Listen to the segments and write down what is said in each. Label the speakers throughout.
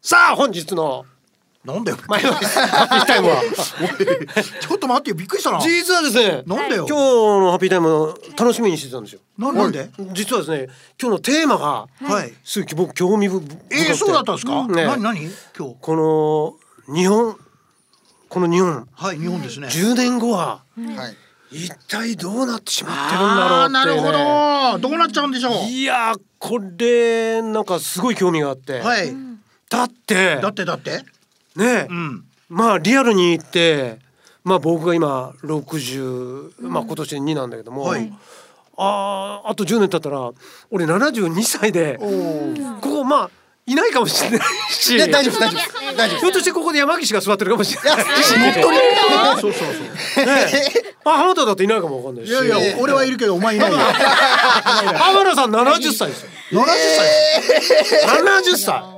Speaker 1: さあ本日の
Speaker 2: なんだよ。
Speaker 1: マイノリスハッピータイム は
Speaker 2: ちょっと待ってよ。びっくりしたな。
Speaker 1: 実はですね
Speaker 2: なんだよ
Speaker 1: 今日のハッピータイム楽しみにしてたんですよ
Speaker 2: ななんで？
Speaker 1: 実はですね今日のテーマが
Speaker 2: はい。
Speaker 1: すごい僕興味深くて
Speaker 2: えー、そうだったんですか？
Speaker 1: ね
Speaker 2: な何何？今日。
Speaker 1: この日本この日本
Speaker 2: はい、日本ですね。
Speaker 1: 10年後は
Speaker 3: はい。
Speaker 1: 一体どうなってしまってるんだろ
Speaker 2: あ
Speaker 1: う
Speaker 2: あ、なる
Speaker 1: って、ね、
Speaker 2: ほど。どうなっちゃうんでしょう。
Speaker 1: いやーこれなんかすごい興味があって、
Speaker 2: はい。
Speaker 1: だって
Speaker 2: だってだって。
Speaker 1: ね、
Speaker 2: うん。
Speaker 1: まあリアルに言ってまあ僕が今60、まあ今年2なんだけども、
Speaker 2: はい
Speaker 1: あーあと10年経ったら俺72歳でここまあいないかもしれないし
Speaker 3: いや大丈夫大丈夫大丈夫。
Speaker 1: ひょっとしてここで山岸が座ってるかもしれないし、ね
Speaker 2: そうそうそう。
Speaker 1: あ浜田だっていないかもわかんないし
Speaker 2: いやいや、俺はいるけどお前いないよ。
Speaker 1: 浜田さん70歳ですよ
Speaker 2: 七十歳。
Speaker 1: 70歳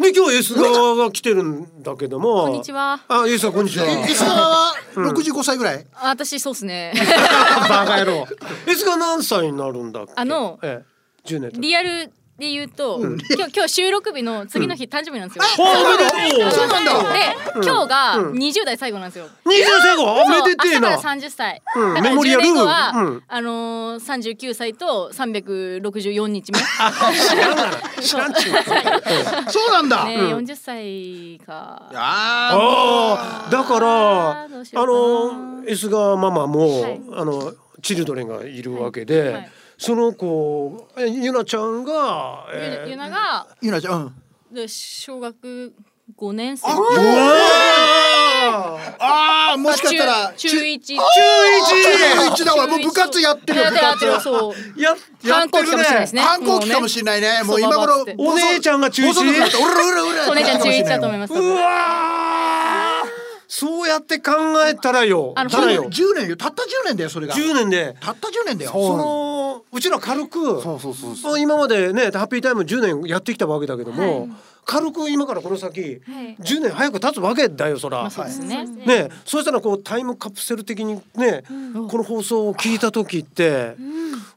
Speaker 1: で今日 S 側が来てるんだけどもこん
Speaker 4: にちは
Speaker 1: あ S さんこんにちは
Speaker 2: え、石川は六十五歳ぐらい？
Speaker 4: あ私そうっすね
Speaker 1: バカ野郎 S が何歳になるんだっけ
Speaker 4: あの
Speaker 1: ええ、10年と
Speaker 4: リアルで言うと、今日今日収録日の次の日誕生日なんですよ、
Speaker 1: おめでとう
Speaker 2: そうなんだ。
Speaker 4: で、今日が20代最後なんですよ、
Speaker 1: 二十歳後お
Speaker 4: そう
Speaker 1: めでてえな
Speaker 4: 明日から30歳、
Speaker 1: うん
Speaker 4: だか
Speaker 1: メ
Speaker 4: ら
Speaker 1: モリア
Speaker 4: 10
Speaker 1: ル
Speaker 4: 年後は、
Speaker 1: うん
Speaker 4: あのー、39歳と364日目
Speaker 1: 知らんちゅう
Speaker 2: そうなんだ。
Speaker 4: ね、40歳か
Speaker 2: あ
Speaker 1: ああだからあ
Speaker 4: どうしようかな
Speaker 1: の S がママも、
Speaker 4: はい
Speaker 1: あのチルドレンがいるわけで、
Speaker 4: はいはい
Speaker 1: その子えゆなちゃんが、えー
Speaker 4: ゆゆなが
Speaker 2: あ。ゆなちゃん。うん
Speaker 4: で小学5年生
Speaker 1: う
Speaker 2: あ
Speaker 1: わー
Speaker 2: あー、もしかしたら
Speaker 4: 中中一
Speaker 2: 中一だわ。もう部活やってるよ。
Speaker 4: や
Speaker 2: 部
Speaker 4: ってるやっ
Speaker 2: 活
Speaker 4: てるそう
Speaker 1: やや
Speaker 4: 反
Speaker 1: って
Speaker 4: 抗期
Speaker 1: る
Speaker 4: かもしれないです
Speaker 1: ね
Speaker 4: ね
Speaker 2: 反抗期かもしれないね。もう今頃
Speaker 4: そう。
Speaker 1: お姉ちゃんが中
Speaker 2: 放送局だっ
Speaker 1: 止
Speaker 2: た。おらおら おら。
Speaker 4: お姉ちゃん中一だと思い
Speaker 2: ま
Speaker 4: ます
Speaker 1: うわーそうやって考えたらよ
Speaker 4: あの
Speaker 1: たらよ
Speaker 2: 10年よ。たった10年だよ。それが。
Speaker 1: 10年で
Speaker 2: たった10年だよ。
Speaker 1: そのうちら軽く
Speaker 2: そうそうそうそう。
Speaker 1: まあ今までねハッピータイム10年やってきたわけだけども、軽く今からこの先、
Speaker 4: はい
Speaker 1: 10年早く経つわけだよそら、
Speaker 4: まあそうですね、
Speaker 1: ねそうしたらこうタイムカプセル的にね、この放送を聞いた時って、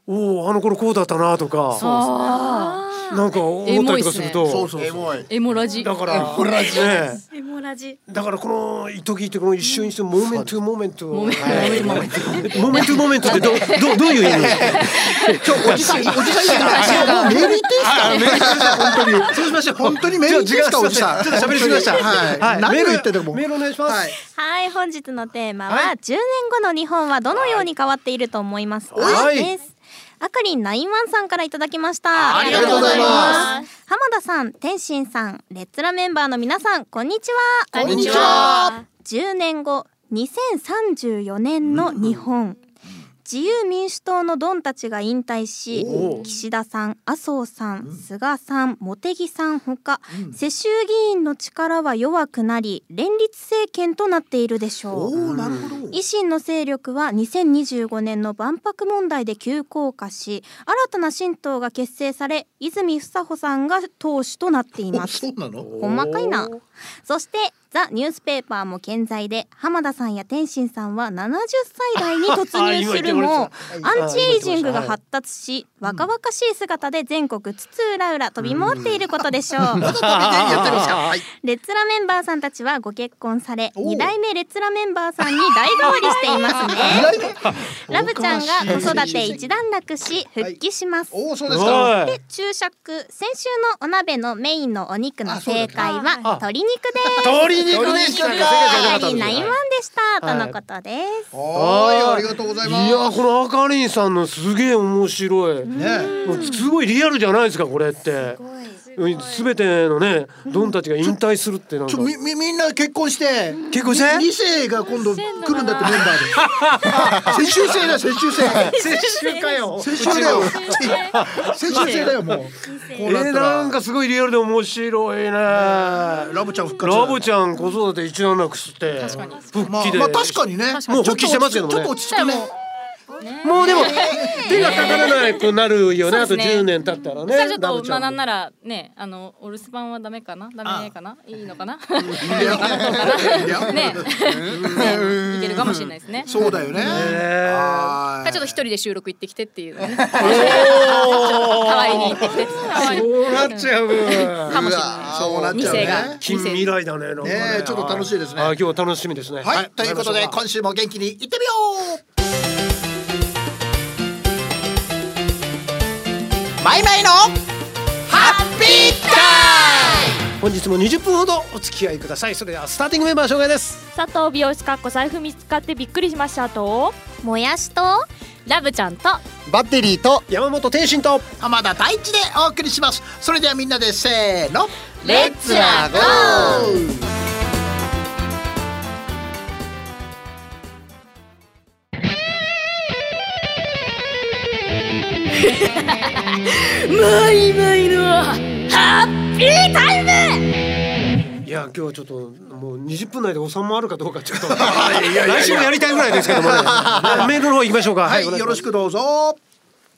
Speaker 1: おおあの頃こうだったなとか
Speaker 4: あ
Speaker 1: なんか思ったりとかすると
Speaker 4: エモいっすね
Speaker 2: そうそう
Speaker 3: エ
Speaker 2: そう。
Speaker 3: モい。
Speaker 4: ーエモラジ
Speaker 1: だからね
Speaker 5: エモラジ。
Speaker 1: だからこの一時ってこの一瞬一瞬モーメントゥーモーメントゥー
Speaker 4: モーメントゥー
Speaker 1: モーメントゥモーメントゥーモーメントゥってどうどうどういう意味
Speaker 2: 今日おじさんおじさんいい から。もうメール行っていいですか。本当に。そうしましょう。本当にメール行っていいですかおじさん。
Speaker 1: ちょっと喋りすぎました
Speaker 2: は。
Speaker 1: はいい
Speaker 2: 何を言ってても。
Speaker 1: メールメールお願いします、
Speaker 2: はい。
Speaker 5: はい、本日のテーマ
Speaker 1: は
Speaker 5: はい10年後の日本はどのように変わっていると思いますか、
Speaker 1: はい
Speaker 5: です。あかりんナインワンさんからいただきました。。
Speaker 2: ありがとうございます
Speaker 5: 浜田さん、天心さん、レッツラメンバーの皆さん、こんにちは。
Speaker 4: こんにち
Speaker 2: は。
Speaker 5: 10年後、2034年の日本。自由民主党のドンたちが引退し
Speaker 1: おう
Speaker 5: 岸田さん麻生さん菅さん茂木さんほか、世襲議員の力は弱くなり連立政権となっているでしょ
Speaker 2: お
Speaker 5: う
Speaker 2: おなるほど。
Speaker 5: 維新の勢力は2025年の万博問題で急降下し新たな新党が結成され泉房穂さんが党首となっていま
Speaker 2: お
Speaker 5: す
Speaker 2: そうなの。
Speaker 5: 細かいなそしてザ・ニュースペーパーも健在で浜田さんや天心さんは70歳代に突入す
Speaker 1: あ
Speaker 5: る
Speaker 1: 今言っ
Speaker 5: も
Speaker 1: てました
Speaker 5: アンチエイジングが発達し若々しい姿で全国津々浦々飛び回っていることでしょう
Speaker 2: やってるじゃん。はい。
Speaker 5: レッツラメンバーさんたちはご結婚され
Speaker 2: おう
Speaker 5: 2代目レッツラメンバーさんに代替わりしてい ますねラブちゃんが子育て一段落し復帰します、
Speaker 2: おおそうですか。
Speaker 1: は
Speaker 5: で昼食先週のお鍋のメインのお肉の正解は
Speaker 1: あ
Speaker 5: 鶏肉です
Speaker 1: い鶏肉でしたね
Speaker 5: あかりナインワンでした、
Speaker 1: はい
Speaker 5: とのことです
Speaker 2: はいありがとうございます。
Speaker 1: いやこのあかりんさんのすげえ面白い、
Speaker 2: ね。
Speaker 1: すごいリアルじゃないですかこれってすべてのねドンたちが引退するってなん
Speaker 2: ち
Speaker 1: か
Speaker 2: ょみみみんな結婚して。
Speaker 1: 結婚して
Speaker 2: 二世が今度来るんだってメンバ ーで。世襲制だよ世襲制。
Speaker 1: 先週かよ
Speaker 2: 世襲だよ。世襲制だよもう。
Speaker 1: え
Speaker 2: こうなった
Speaker 1: ー、なん
Speaker 2: ら。
Speaker 1: かすごいリアルで面白いねラ
Speaker 2: ラブちゃん復活。
Speaker 1: ブちゃん子育て一段落して
Speaker 4: 確かに
Speaker 1: 復帰で、
Speaker 2: まあ、まあ確かにね。
Speaker 1: もう復帰してますけどね
Speaker 2: ちょっと落ち着くね。
Speaker 4: ね
Speaker 1: もうでも手がかからないくなるよねあ
Speaker 4: そ
Speaker 1: と
Speaker 4: うですね
Speaker 1: 10年経ったらね
Speaker 4: さあちょっ
Speaker 1: ダブ
Speaker 4: と
Speaker 1: ちゃ
Speaker 4: まあ
Speaker 1: ん
Speaker 4: な
Speaker 1: も
Speaker 4: んならねあのお留守番はダメかなダメかないいのかなねね いけるかもしれないですね。
Speaker 2: そうだよね。
Speaker 1: え
Speaker 2: は
Speaker 4: か
Speaker 2: い
Speaker 4: ちょっと一人で収録行ってきてっていうね。
Speaker 1: お
Speaker 4: 代わりに行ってきて。代 わ
Speaker 1: そう
Speaker 4: りに
Speaker 1: なっちゃう
Speaker 4: かもしれ
Speaker 2: うわ
Speaker 4: な
Speaker 2: ー
Speaker 4: い。
Speaker 2: そうなっちゃうね
Speaker 4: 店が
Speaker 1: 近未来だねなんかね
Speaker 2: ねえちょっと楽しいですね
Speaker 1: あ今日は楽しみですね
Speaker 2: はい、ということで
Speaker 1: 参りましょ
Speaker 2: 今週も元気にいってみようマイマイのハッピー
Speaker 1: う
Speaker 2: タ
Speaker 1: か本日も20分ほどお付き合いくださいそれではスターティングメンバー紹介です
Speaker 3: 佐藤美容師かっこ財布見つかってびっくりしましたと
Speaker 5: もやしと
Speaker 4: ラブちゃんと
Speaker 6: バッテリーと
Speaker 1: 山本天心と
Speaker 2: イム浜田大地でお送りしますそれではみんなでせーの
Speaker 6: レッツラゴ
Speaker 4: マイマイのハッピータイム。
Speaker 1: いや今日はちょっともう20分内で収まるかどうかちょっと来週もやりたいぐらいですけどもねメールの方行きましょうか
Speaker 2: はい
Speaker 1: お願し
Speaker 2: よ
Speaker 1: ま
Speaker 2: ろ
Speaker 1: す
Speaker 2: しくどうぞ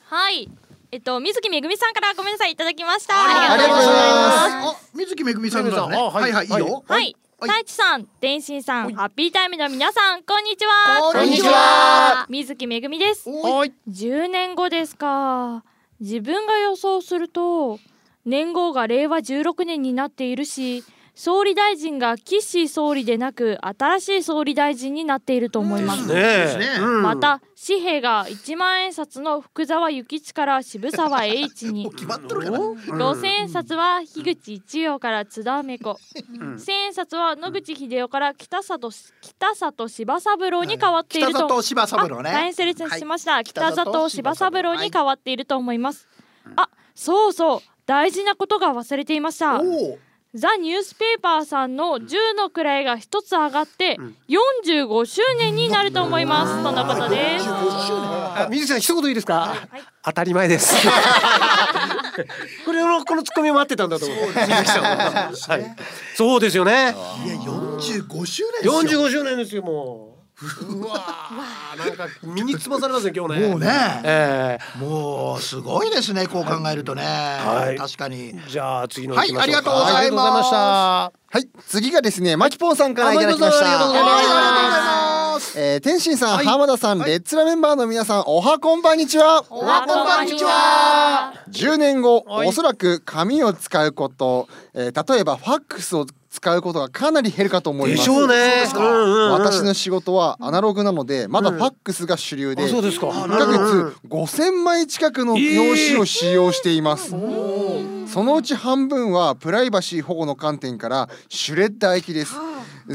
Speaker 3: はいえっと水木めぐみさんからごめんなさいいただきました
Speaker 2: あ
Speaker 3: あ
Speaker 2: りがとうござい
Speaker 3: す
Speaker 2: ますあ水木めぐみさんだね
Speaker 1: めぐみさんあ
Speaker 2: は
Speaker 1: はいい
Speaker 2: はいいいよ
Speaker 3: は
Speaker 2: は
Speaker 3: い
Speaker 2: い
Speaker 3: 太一さん、天心さん、ハッピータイムの皆さん、こんにちは。
Speaker 2: こんにち
Speaker 3: は。水木めぐみです。
Speaker 2: おい
Speaker 3: 10年後ですか自分が予想すると年号が令和16年になっているし総理大臣が岸総理でなく新しい総理大臣になっていると思います、
Speaker 1: ねえ
Speaker 2: ですね
Speaker 1: うん
Speaker 3: また紙幣が一万円札の福沢諭吉から渋沢栄一に
Speaker 2: もう決まっとるから
Speaker 3: 五千円札は樋口一葉から津田梅子、千円札は野口英世から北里北里柴三郎に変わっている
Speaker 2: 北
Speaker 3: と
Speaker 2: 里柴三郎ね
Speaker 3: あ大変失礼しました、
Speaker 2: はい
Speaker 3: 北里柴三郎に変わっていると思います、あそうそう大事なことが忘れていました
Speaker 2: おお
Speaker 3: ザ・ニュースペーパーさんの10の位が一つ上がって45周年になると思います、とのことです
Speaker 1: あ水木さん一言いいですか、当たり前です これのこのツッコミを待ってたんだと思う水木さんははいそうですよね
Speaker 2: いや45周年ですよ
Speaker 1: 四十五周年ですよもううわなんか身につまされますね今日ね
Speaker 2: もうね
Speaker 1: え
Speaker 2: もうすごいですねこう考えるとね、
Speaker 1: い
Speaker 2: 確かに
Speaker 1: えじゃあ次の行
Speaker 2: は
Speaker 1: き
Speaker 2: い
Speaker 1: ま
Speaker 2: あ
Speaker 1: し
Speaker 2: り
Speaker 1: ょ
Speaker 2: が
Speaker 1: う
Speaker 2: と
Speaker 1: か
Speaker 2: うござい
Speaker 1: ありがとうござい
Speaker 2: ま
Speaker 1: ま
Speaker 2: し
Speaker 1: した
Speaker 2: た
Speaker 6: はい次がですねマキポンさんからいただきまし
Speaker 1: あマキポンさんありがとうございま
Speaker 6: た
Speaker 1: す
Speaker 2: ありがとうございます
Speaker 6: えー、天心さん、
Speaker 2: はい
Speaker 6: 浜田さん、レッツラメンバーの皆さんおはこんばんにちは
Speaker 2: おはこんばんにちは
Speaker 6: 10年後、おそらく紙を使うこと、えー、例えばファックスを使うことがかなり減るかと思い
Speaker 1: で
Speaker 6: ます
Speaker 1: しょうねうんうんうん
Speaker 6: 私の仕事はアナログなのでまだファックスが主流で、
Speaker 1: あそうですか
Speaker 6: 1ヶ月5000枚近くの用紙を使用しています、そのうち半分はプライバシー保護の観点からシュレッダー行きです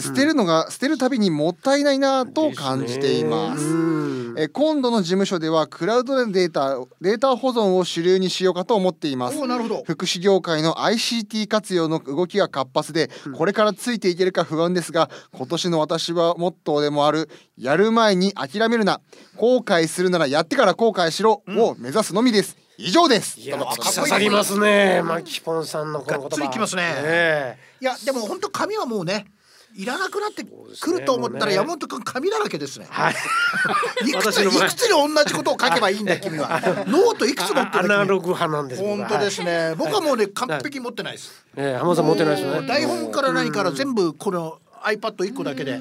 Speaker 6: 捨てるのが捨てるたびにもったいないなぁと感じています
Speaker 1: うん
Speaker 6: え今度の事務所ではクラウドでデータデータ保存を主流にしようかと思っています
Speaker 2: おなるほど
Speaker 6: 福祉業界の ICT 活用の動きが活発でこれからついていけるか不安ですが今年の私はモットーでもある「やる前に諦めるな後悔するならやってから後悔しろ」を目指すのみです以上です
Speaker 1: いや突き刺さりますねマキポンさんのこの言葉
Speaker 2: がっつりきますね
Speaker 1: え
Speaker 2: いやでも本当紙はもうねいらなくなってくると思ったら、
Speaker 1: そうですね
Speaker 2: 山本君紙だらけですね。
Speaker 1: はい
Speaker 2: いくつ
Speaker 1: 私
Speaker 2: い
Speaker 1: の前
Speaker 2: くつに同じことを書けばいいんだ君は。ノートいくつ持って
Speaker 1: ア
Speaker 2: る
Speaker 1: ナ
Speaker 2: 君。
Speaker 1: ログ派なんです僕
Speaker 2: 本
Speaker 1: は
Speaker 2: 当ですね。僕はもうね完璧持ってないです。
Speaker 1: ええ浜田さん持ってないですよね。
Speaker 2: 台本から何から全部この iPad 一個だけで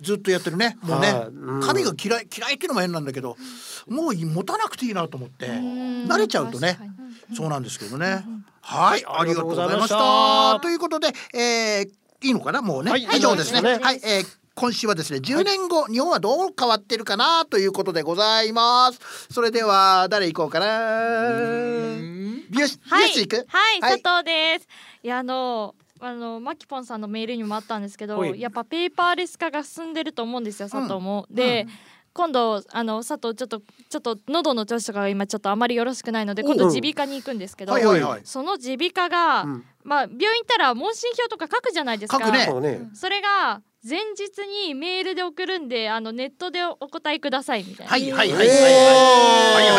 Speaker 2: ずっとやってるね。もうね
Speaker 1: はいうん
Speaker 2: 紙が嫌い嫌いっていうのも変なんだけど、もう持たなくていいなと思って慣れちゃうとね。そうなんですけどね。はい、ありがとうございま
Speaker 1: ありがとうご
Speaker 2: し
Speaker 1: ざいましたた。
Speaker 2: ということで、えー、いいのかなもうね、
Speaker 1: はい
Speaker 2: 以上ですね。
Speaker 1: 以上ですね
Speaker 2: はい、えー今週はですね10年後、日本はどう変わってるかなということでございますそれでは誰行こうかな美容師、美容師行く
Speaker 3: はい、
Speaker 2: はい
Speaker 3: 佐藤です。いやあのあのマキポンさんのメールにもあったんですけど、
Speaker 1: はい
Speaker 3: やっぱペーパーレス化が進んでると思うんですよ、佐藤も。で、今度あの佐藤ちょっとちょっと喉の調子が今ちょっとあまりよろしくないので、今
Speaker 1: う
Speaker 3: 度
Speaker 1: ん
Speaker 3: 耳鼻科に行くんですけど、
Speaker 2: はいはいはい
Speaker 3: その耳鼻科が、
Speaker 1: うん
Speaker 3: まあ病院行ったら問診票とか書くじゃないですか。
Speaker 2: 書くね
Speaker 1: そうね。
Speaker 3: それが前日にメールで送るんで、あのネットでお答えくださいみたいな。
Speaker 2: はいはいはいはいはいはいはい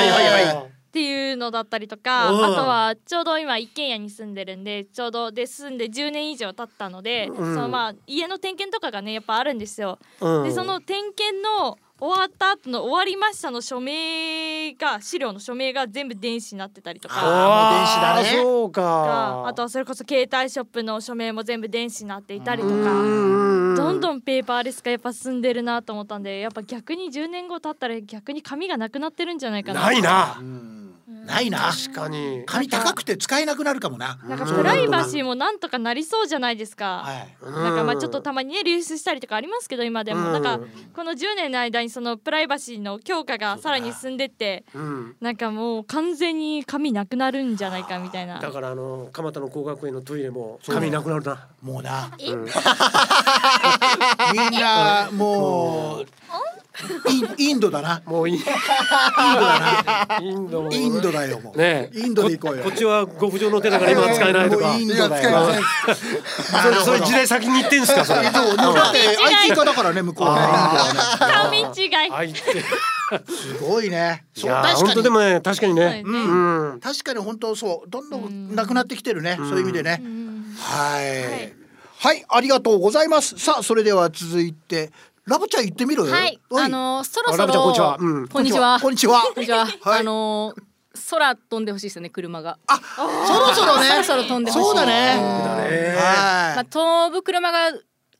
Speaker 2: はいはい
Speaker 3: っていうのだったりとかあ
Speaker 1: うん
Speaker 3: とはちょうど今一軒家に住んでるんでちょうどで住んで10年以上経ったので、
Speaker 1: うん
Speaker 3: そのまあ家の点検とかがねやっぱあるんですよ。
Speaker 1: うん
Speaker 3: でその点検の終わった後の終わりましたの署名が資料の署名が全部電子になってたりとか。
Speaker 1: あ
Speaker 2: あーもう電子だね
Speaker 1: ーそう
Speaker 3: が
Speaker 1: か
Speaker 3: あとはそれこそ携帯ショップの署名も全部電子になっていたりと
Speaker 1: う
Speaker 3: か
Speaker 1: ー
Speaker 3: どんどんペーパーレスがやっぱ進んでるなと思ったんでやっぱ逆に10年後経ったら逆に紙がなくなってるんじゃないかな
Speaker 1: ないな
Speaker 2: ないな
Speaker 1: 確かに
Speaker 2: 紙高くて使えなくなるかもな、
Speaker 3: なんかプライバシーもなんとかなりそうじゃないですか。
Speaker 2: はい、
Speaker 3: なんかまあちょっとたまにね流出したりとかありますけど今でも
Speaker 1: うん
Speaker 3: なんかこの10年の間にそのプライバシーの強化がさらに進んでって
Speaker 1: うん
Speaker 3: なんかもう完全に紙なくなるんじゃないかみたいな
Speaker 1: だからあの蒲田の工学園のトイレも紙なくなるな
Speaker 2: もうな
Speaker 4: え
Speaker 2: みん なもうインインドだな
Speaker 1: もういいインドだな
Speaker 2: インドだよもう、
Speaker 1: ねえ
Speaker 2: インドで行こうよ
Speaker 1: こっちは極上の手だから今は使えないとか
Speaker 2: もうインド
Speaker 6: や
Speaker 2: だ
Speaker 6: 使い
Speaker 2: よ
Speaker 6: ません
Speaker 1: それそれ時代先に行ってんす かそれ
Speaker 2: そうもうだって IT 化だからね向こうねインドはね
Speaker 3: 紙違い
Speaker 1: あいって
Speaker 2: すごいね
Speaker 1: い
Speaker 2: そう
Speaker 1: や
Speaker 2: 確
Speaker 1: 本
Speaker 2: か
Speaker 1: 当
Speaker 2: に
Speaker 1: でもね確かにね
Speaker 3: そうですね
Speaker 1: うん
Speaker 2: 確かに本当そうどんどんなくなってきてるねそういう意味でねはいはい、ありがとうございますさあそれでは続いてラボちゃん行ってみろよ
Speaker 4: はい、
Speaker 2: お
Speaker 4: あのーそろそ
Speaker 1: あラブちゃんこんにちは
Speaker 4: ろ
Speaker 1: うん
Speaker 4: こんにちは
Speaker 2: こんにちは
Speaker 4: こんにちは
Speaker 2: はい
Speaker 4: あのー空飛んでほしいですよね車が
Speaker 2: そろそろね
Speaker 4: そろそろ飛んでほしい
Speaker 2: そうだね
Speaker 1: ね
Speaker 4: まあ
Speaker 2: はい
Speaker 4: 飛ぶ車が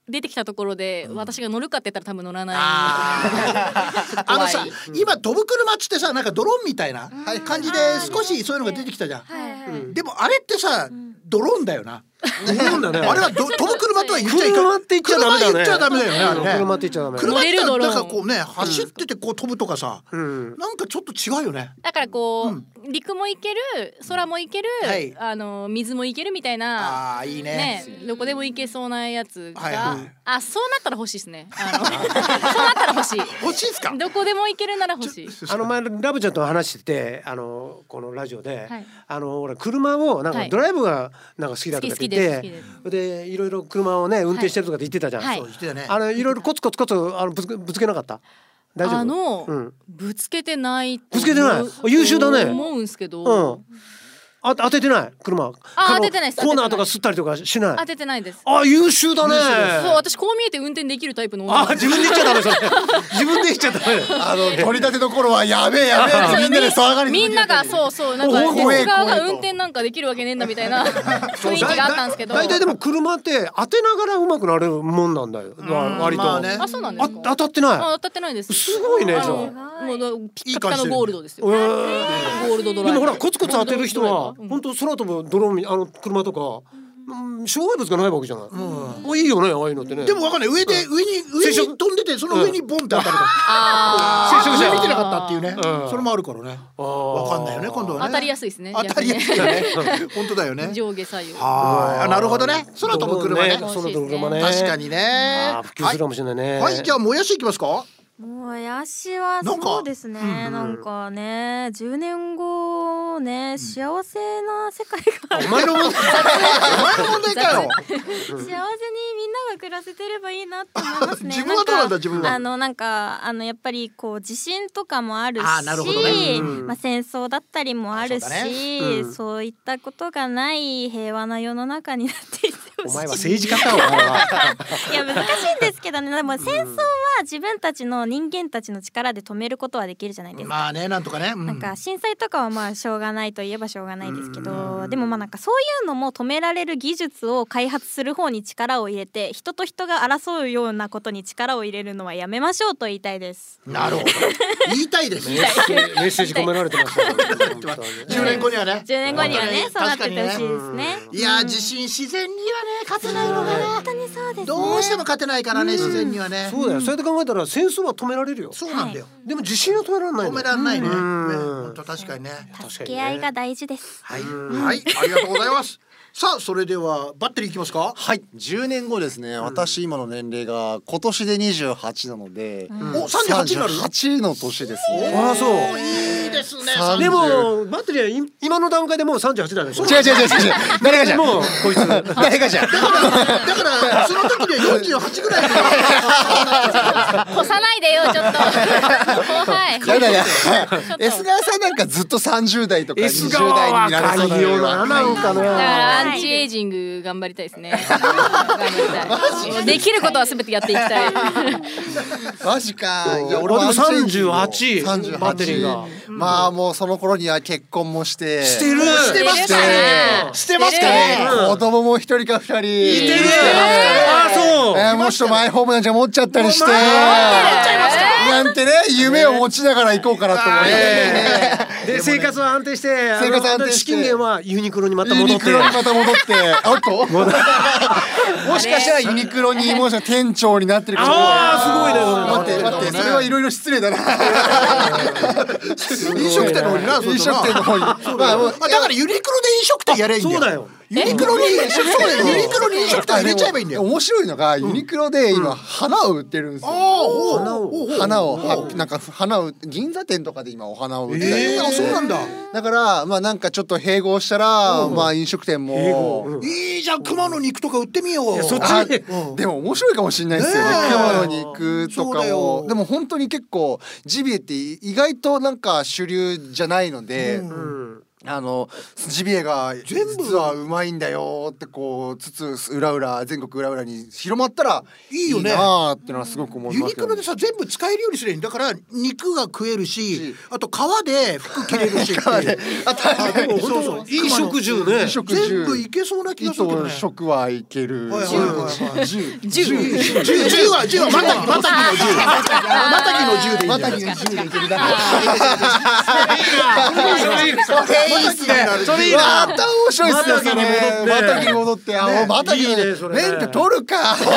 Speaker 4: 出てきたところで私が乗るかって言ったら多分乗らない
Speaker 2: あのさ今飛ぶ車っつってさなんかドローンみたいな感じで少しそういうのが出てきたじゃんでもあれってさドローンだよな
Speaker 1: そうだね
Speaker 2: あれは ど飛ぶ車とは言っちゃい
Speaker 1: 車
Speaker 2: か
Speaker 1: っ
Speaker 2: ん
Speaker 1: て言っちゃダメだね
Speaker 2: 車言っちゃダメだよねあれね
Speaker 1: 車って言っちゃダメ
Speaker 2: 車って
Speaker 4: 乗れるドロー
Speaker 2: な
Speaker 4: ン
Speaker 2: んかこうね走っててこう飛ぶとかさ
Speaker 1: うん
Speaker 2: なんかちょっと違うよね
Speaker 4: だからこう、陸も行ける空も行ける、
Speaker 2: はい
Speaker 4: あの水も行けるみたいな
Speaker 2: あーいい
Speaker 4: ねどこでも行けそうなやつが、
Speaker 2: はいはい
Speaker 4: あそうなったら欲しいで すねあのそうなったら欲しい
Speaker 2: 欲しいですか
Speaker 4: どこでも行けるなら欲しい
Speaker 1: あの前ラブちゃんと話しててあのこのラジオで、
Speaker 4: はい
Speaker 1: あの俺車をなん
Speaker 4: は
Speaker 1: か
Speaker 4: い
Speaker 1: ドライブがなんか好きだとかって言って、
Speaker 4: 好き好きです
Speaker 1: でいろいろ車をね運転してるとかって言ってたじゃん、
Speaker 4: はい
Speaker 2: そう言ってたね
Speaker 1: あのいろいろコツコツコツあのぶつけぶつけなかった大丈夫
Speaker 4: あの、
Speaker 1: うん
Speaker 4: ぶつけてないと
Speaker 1: ぶつけてない
Speaker 4: 思う
Speaker 1: あ優秀だね
Speaker 4: 思うんすけど、
Speaker 1: うんあ当ててない車
Speaker 4: あ
Speaker 1: の
Speaker 4: 当ててないです
Speaker 1: コーナーとかすったりとかしない
Speaker 4: 当ててないです
Speaker 1: あ優秀だ
Speaker 4: そう
Speaker 1: ね
Speaker 4: 私こう見えて運転できるタイプの女
Speaker 1: あ自分で言っちゃダメそ れ自分で言っちゃダメ
Speaker 6: あの取り立ての頃はやべえやべえってみんなで騒がれて
Speaker 4: みんながそうそうなんか
Speaker 1: おお怖え
Speaker 4: 鉄側
Speaker 6: 怖え
Speaker 4: が運
Speaker 6: と
Speaker 4: 転なんかできるわけねえんだみたいな 雰囲気があったんですけど
Speaker 1: 大体でも車って当てながらうまくなれるもんなんだよわ割と、
Speaker 2: まあね
Speaker 4: あそうなんで
Speaker 1: あ
Speaker 4: すか
Speaker 1: 当たってない
Speaker 4: あ当たってないです
Speaker 1: すごいねじゃあ
Speaker 4: あのもうだピッカピカのゴールドですよ
Speaker 1: え
Speaker 4: ゴ
Speaker 1: ー
Speaker 4: ールドド
Speaker 1: で
Speaker 4: ライ
Speaker 1: も
Speaker 4: ブ
Speaker 1: ほらコツコツ当てる人は
Speaker 4: うん
Speaker 1: 本当空飛ぶドローンみあの車とか、うん、障害物がないわけじゃない、おいいよねああいうのってね
Speaker 2: でもわかんない上で上に上に飛んでてその上にボンって当たるから
Speaker 4: あ
Speaker 1: 接触者
Speaker 2: 上見てなかったっていうね
Speaker 1: うん
Speaker 2: それもあるからね
Speaker 1: あー
Speaker 2: わかんないよね今度は
Speaker 4: ー
Speaker 2: ね
Speaker 4: 当たりやすいですね
Speaker 2: 当たりやすいよね 本当だよね
Speaker 4: 逆に上下左右
Speaker 2: はーいあなるほどね空飛ぶ車ね
Speaker 1: ドローン空飛ぶ車ね
Speaker 2: 確かにね
Speaker 1: あー普及するかもしれないね、
Speaker 2: はいはいじゃあもやしいきますか
Speaker 5: もやしは
Speaker 2: なんか
Speaker 5: そうですねなんかね10年後ね幸せな世界が
Speaker 2: お前の問題お前の問題かよ
Speaker 5: 幸せにみんなが暮らせてればいいなって思 いますね
Speaker 2: 自分はどうなんだ
Speaker 5: か
Speaker 2: 自分は
Speaker 5: あのなんかあのやっぱりこう地震とかもあるし
Speaker 2: あーなるほどね
Speaker 5: まあ、戦争だったりもある
Speaker 2: そう
Speaker 5: し
Speaker 2: だね
Speaker 1: うん
Speaker 5: そういったことがない平和な世の中になっていって
Speaker 1: お
Speaker 5: ほしい
Speaker 1: 前は政治家かお前 は
Speaker 5: いや難しいんですけどねでも戦争は自分たちの人間たちの力で止めることはできるじゃないですか。
Speaker 2: まあねなんとかねう
Speaker 5: なんか震災とかはまあしょうがないといえばしょうがないですけどでもまあなんかそういうのも止められる技術を開発する方に力を入れて人と人が争うようなことに力を入れるのはやめましょうと言いたいです。
Speaker 2: なるほど言いたいです
Speaker 1: メ
Speaker 2: ね
Speaker 1: ッセメッセージ込められてますよ本当に
Speaker 2: 10年後にはね
Speaker 5: 10年後にはね
Speaker 2: 本当
Speaker 5: そうなって
Speaker 2: 確かに
Speaker 5: てほしいですね。
Speaker 2: いやー地震自然にはね勝てないのがね
Speaker 5: 本当にそうですね。
Speaker 2: どうしても勝てないからね自然にはね
Speaker 1: そうだよそうやって考えたら戦争は止められるよ
Speaker 2: そうなんだよ
Speaker 1: でも地震は止められない
Speaker 2: 止
Speaker 1: の
Speaker 2: めらんないねね
Speaker 1: ん
Speaker 2: 本当確かにね
Speaker 1: 確か
Speaker 5: 付
Speaker 1: に
Speaker 5: き合いが大事です。
Speaker 2: はいはいありがとうございます さあそれではバッテリーいきますか
Speaker 6: はい10年後ですね私今の年齢が今年で28なので、
Speaker 2: お38になる
Speaker 6: 38の年ですね
Speaker 1: ああそう
Speaker 2: おいいですね
Speaker 6: さん
Speaker 1: でもバッテリーはい今の段階でもう38だね
Speaker 6: 違う違う違う違う誰がじゃん
Speaker 1: もうこい つ
Speaker 6: 誰がじゃ
Speaker 2: だ
Speaker 6: ん
Speaker 2: からその時には48ぐらい の
Speaker 4: 越さないでよ ちょっと後輩
Speaker 6: やだや
Speaker 4: と
Speaker 6: S 川さんなんかずっと30代とか
Speaker 1: S
Speaker 6: 20
Speaker 1: 川
Speaker 6: 代になれそう
Speaker 1: 若
Speaker 6: ない
Speaker 1: よな
Speaker 6: 若い
Speaker 1: なんか
Speaker 4: だから
Speaker 1: な
Speaker 7: アンチエイジング頑張りたいですね。頑張りたい。できることはすべてやっていきたい。
Speaker 6: マジか。いや
Speaker 1: 俺でも
Speaker 6: 38
Speaker 1: 38バッテリーが
Speaker 6: まあもうその頃には結婚もして。
Speaker 1: してる
Speaker 2: してましたね。してましたね。
Speaker 1: うん
Speaker 6: 子供も一人か二
Speaker 1: 似
Speaker 6: 人。
Speaker 1: てる
Speaker 6: え
Speaker 1: あそう
Speaker 6: ーもうちょっとマイホームなんじゃ持っちゃったりして。なんてね夢を持ちながら行こうかなと思って。
Speaker 1: で生活は安定して生
Speaker 6: 生活安定して
Speaker 1: 資金源はユニクロにまた
Speaker 6: ユ
Speaker 1: 戻
Speaker 6: ニ
Speaker 1: って
Speaker 6: クロにまた戻って、あおっと。 もしかしたらユニクロにもしかしたら店長になってるかもしれない。
Speaker 1: あ
Speaker 6: 待って待って、それはいろいろ失 礼だな。
Speaker 2: 飲食店の方にな。
Speaker 6: 飲食店の方に。まあもう
Speaker 2: あだからユニクロで飲食店やればいいん
Speaker 1: そ
Speaker 2: だよ。
Speaker 1: うだよ
Speaker 2: ユニクロにそうだよ。ユニクロに飲食店入れちゃえばいいんだよ。
Speaker 6: 面白いのがユニクロで今花を売ってるんですよ。
Speaker 2: お
Speaker 1: 花を
Speaker 6: 花をはなんか花を銀座店とかで今お花を売ってたり
Speaker 2: え
Speaker 6: と
Speaker 2: ー、
Speaker 6: か
Speaker 2: あそうなんだ。
Speaker 6: だからまあなんかちょっと併合したらまあ飲食店
Speaker 1: 英語う
Speaker 6: も
Speaker 1: ん
Speaker 2: いいじゃん熊の肉とか売ってみよう。
Speaker 1: そっ
Speaker 6: あ
Speaker 1: ちに
Speaker 6: でも面白いかもしれないですよね
Speaker 2: ねえ
Speaker 6: 熊野に行くとか
Speaker 2: そうだよ
Speaker 6: もでも本当に結構ジビエって意外となんか主流じゃないので
Speaker 1: うん
Speaker 6: あのジビエが
Speaker 2: 全部
Speaker 6: 実はうまいんだよってこうつつ裏裏全国裏裏に広まったら
Speaker 2: いいよね
Speaker 6: なあってのはすごく思い
Speaker 2: ユ
Speaker 6: ま
Speaker 2: ニ
Speaker 6: すけ
Speaker 2: ク
Speaker 6: ど
Speaker 2: ロでさ全部使えるようにすればいいんだから肉が食えるし
Speaker 6: し
Speaker 2: あと皮で服着れるし っていう
Speaker 6: あ大変
Speaker 1: でも本当
Speaker 2: そうそう
Speaker 1: いい食住ね
Speaker 6: 衣食住
Speaker 2: 全部いけそうな気がするけど
Speaker 6: 糸
Speaker 2: ね。
Speaker 6: 食はいける
Speaker 2: はいはいはいはい
Speaker 6: 十
Speaker 7: 十。
Speaker 6: 十
Speaker 2: 銃銃は銃はまたぎまたぎの銃またぎの銃でいいんだよ。
Speaker 6: またぎの十でいけるな
Speaker 2: それいいっすね。
Speaker 6: それいいなまた面白いっすよそれ
Speaker 1: また
Speaker 6: また
Speaker 1: ぎに
Speaker 6: ぎに戻ってあもうまたぎ
Speaker 1: いい
Speaker 6: に
Speaker 1: ねそれね
Speaker 6: 免許取るか
Speaker 2: 取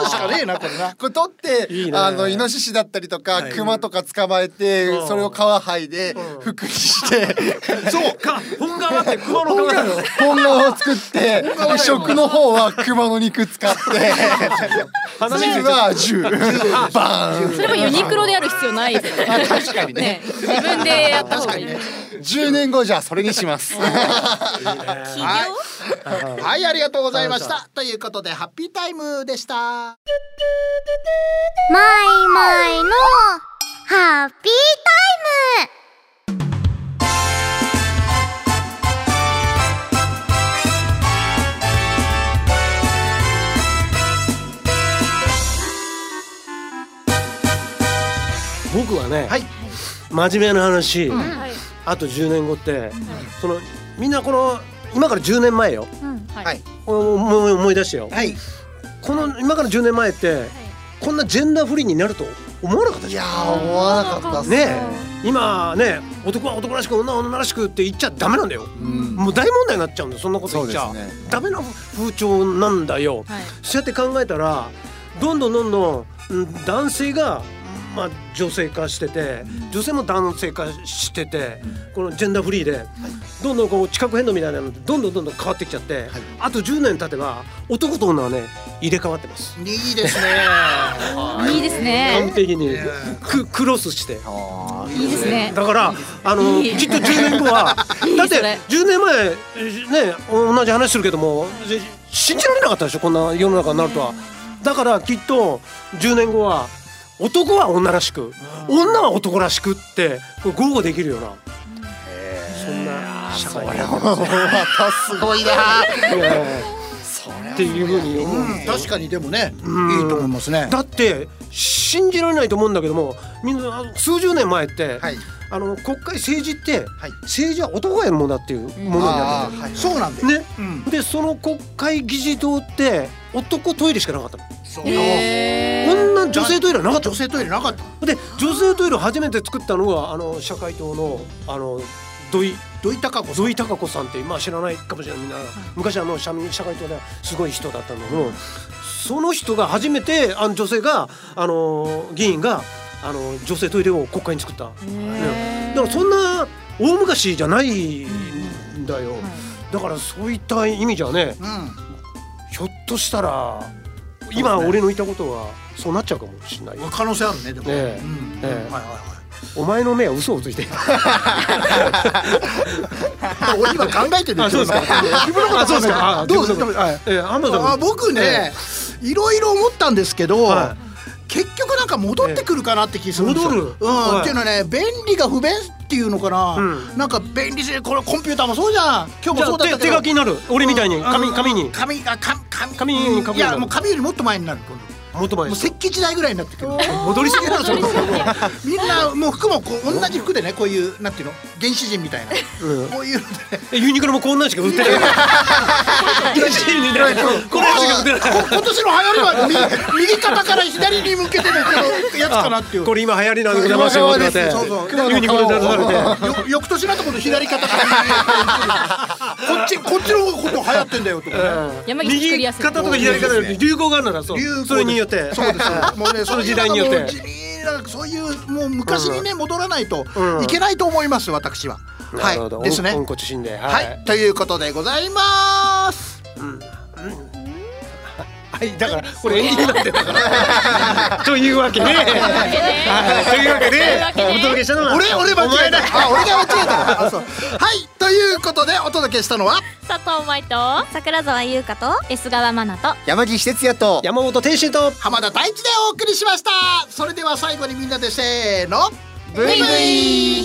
Speaker 2: るしかねえなこれな。
Speaker 6: これ取って
Speaker 1: いいね
Speaker 6: あのイノシシだったりとか熊とか捕まえて
Speaker 1: うん
Speaker 6: それを皮剥いで服にして
Speaker 1: そうか本川って熊の川だ
Speaker 6: 本革を作って食の方は熊の肉使って
Speaker 1: 花見
Speaker 6: 銃は銃バーン
Speaker 7: それもユニクロでやる必要ないですよね。
Speaker 6: 確かに
Speaker 7: ね、自分でやった方がいい。
Speaker 6: 10年後じゃあそれにします。
Speaker 5: 企業
Speaker 2: はいありがとうございました。ということでハッピータイムでした。
Speaker 4: マイマイのハッピータイム
Speaker 1: 僕はね、
Speaker 2: はい。
Speaker 1: 真面目な話、あと10年後って、そのみんなこの今から10年前よ
Speaker 7: はい
Speaker 1: お思い思い出してよ、
Speaker 2: はい。
Speaker 1: この今から10年前って、こんなジェンダーフリーになると思わなかった
Speaker 6: い
Speaker 1: じゃ
Speaker 6: やー思わなかったっ
Speaker 1: ん
Speaker 6: す
Speaker 1: ねえ今ね男は男らしく女は女らしくって言っちゃダメなんだよ、
Speaker 6: うん
Speaker 1: もう大問題になっちゃうんだよそんなこと言っちゃ、
Speaker 6: そうです
Speaker 1: ダメな風潮なんだよ、
Speaker 7: はい
Speaker 1: そうやって考えたらどんどんどんどんうん男性が、まあ、女性化してて女性も男性化しててこのジェンダーフリーでどんどんこう地殻変動みたいなのってどんどんどんどん変わってきちゃってあと10年経てば男と女はね入れ替わってます
Speaker 2: いいですね。
Speaker 7: いいです
Speaker 1: 完
Speaker 7: ね。
Speaker 1: 璧にくクロスして。
Speaker 6: あ
Speaker 7: いいですね。
Speaker 1: だからあの
Speaker 7: いい
Speaker 1: きっと10年後は
Speaker 7: いい
Speaker 1: だって
Speaker 7: それ
Speaker 1: 10年前ね同じ話するけどもじ信じられなかったでしょこんな世の中になるとはだからきっと10年後は男は女らしく女は男らしくってこれ豪語できるようなそんな社会になってます
Speaker 6: ーまたす ごいな。
Speaker 1: ねっていうふうに思う、
Speaker 2: うん確かにでもね、いい
Speaker 1: ん
Speaker 2: と思いますね。
Speaker 1: だって信じられないと思うんだけどもみんなあの数十年前って、
Speaker 2: はい
Speaker 1: あの国会政治って、
Speaker 2: はい
Speaker 1: 政治は男がやるものだっていうものになっ
Speaker 6: あ
Speaker 1: て
Speaker 6: ーはい
Speaker 2: そうなんだ
Speaker 1: て
Speaker 2: よ。
Speaker 1: ね、
Speaker 2: うん
Speaker 1: でその国会議事堂って男トイレしかなかったの、
Speaker 2: そう。
Speaker 7: えー
Speaker 1: 女女性トイレはなかった
Speaker 2: 女性トイレなかった。
Speaker 1: ので女性トイレを初めて作ったのがあの社会党のあの土井
Speaker 2: 土井孝子さん。
Speaker 1: 土井孝子さんって今知らないかもしれないみんな昔あの社民社会党ですごい人だったんだけどその人が初めてあの女性があの議員があの女性トイレを国会に作った、ねだからそんな大昔じゃないんだよ、だからそういった意味じゃねひょっとしたら今俺の言ったことはそうなっちゃうかもしれない
Speaker 2: うん。
Speaker 1: よ
Speaker 2: 可能性あるねでも。
Speaker 1: ええ
Speaker 2: う
Speaker 1: え
Speaker 2: ん
Speaker 1: え
Speaker 2: はいはいはい。
Speaker 1: お前の目は嘘をついてる
Speaker 2: 俺今考えてるんですよ。
Speaker 1: 自分のことあそうですかあ
Speaker 2: どう
Speaker 1: 自分のこと
Speaker 2: はい
Speaker 1: ええ安藤さん
Speaker 2: あ僕ね、いろいろ思ったんですけど、
Speaker 1: は
Speaker 2: 結局なんか戻ってくるかなって気するんですよ。
Speaker 1: 戻る
Speaker 2: うん、
Speaker 1: はい
Speaker 2: っていうのはね便利が不便っていうのかな、
Speaker 1: うん
Speaker 2: なんか便利でこれコンピューターもそうじゃん今日
Speaker 1: じ
Speaker 2: も
Speaker 1: ゃ
Speaker 2: そ
Speaker 1: あ
Speaker 2: うだっ
Speaker 1: 手
Speaker 2: たけ
Speaker 1: 手
Speaker 2: ど
Speaker 1: 書きになる俺みたいに紙紙に
Speaker 2: 紙が紙紙
Speaker 1: 紙に書くよう
Speaker 2: い
Speaker 1: になる
Speaker 2: やもう紙よりもっと前になる
Speaker 1: もっと前
Speaker 2: もう石器時代ぐらいになってくる
Speaker 1: 戻りすぎだろそれ
Speaker 2: みんなもう服もこう同じ服でねこういうなんていうの原始人みたいなこういうので
Speaker 1: えユニクロもこんなんしか売って ない。ユニクロこれしか売ってない。
Speaker 2: こ今年の流行りはみ 右肩から左に向けてのこのやつかなっていう
Speaker 1: これ今流行りなんでございますよ。
Speaker 6: 熊川です
Speaker 1: とか
Speaker 2: そう
Speaker 1: って
Speaker 2: そう
Speaker 1: ユニクロに出されて。
Speaker 2: よ翌年になったこと左肩から右こっちこっちの方が流行ってんだよとかね
Speaker 7: 山口作り
Speaker 1: 右
Speaker 7: やすい
Speaker 1: 肩とか左肩より流行があるならそう
Speaker 2: 流行です
Speaker 1: それによって
Speaker 2: そうですもうね
Speaker 1: その時代によって
Speaker 2: そういうのがもう地味なそういうもう昔にね戻らないと
Speaker 1: うん
Speaker 2: いけないと思います私は
Speaker 1: なるほ
Speaker 2: は
Speaker 1: ど
Speaker 2: いですね
Speaker 1: 温故知新では
Speaker 2: はいいということでございます
Speaker 1: はいだからこれエンディングなんでだから というわけではいというわけでお届けしたのは
Speaker 2: 俺俺間違えたあ俺が間違えたあそうはいということでお届けしたのは
Speaker 3: 佐藤舞と
Speaker 5: 桜沢優香と
Speaker 7: S 川真奈と
Speaker 6: 山岸哲也と
Speaker 1: 山本天心と
Speaker 2: 浜田大地でお送りしましたそれでは最後にみんなでせーのブイブイ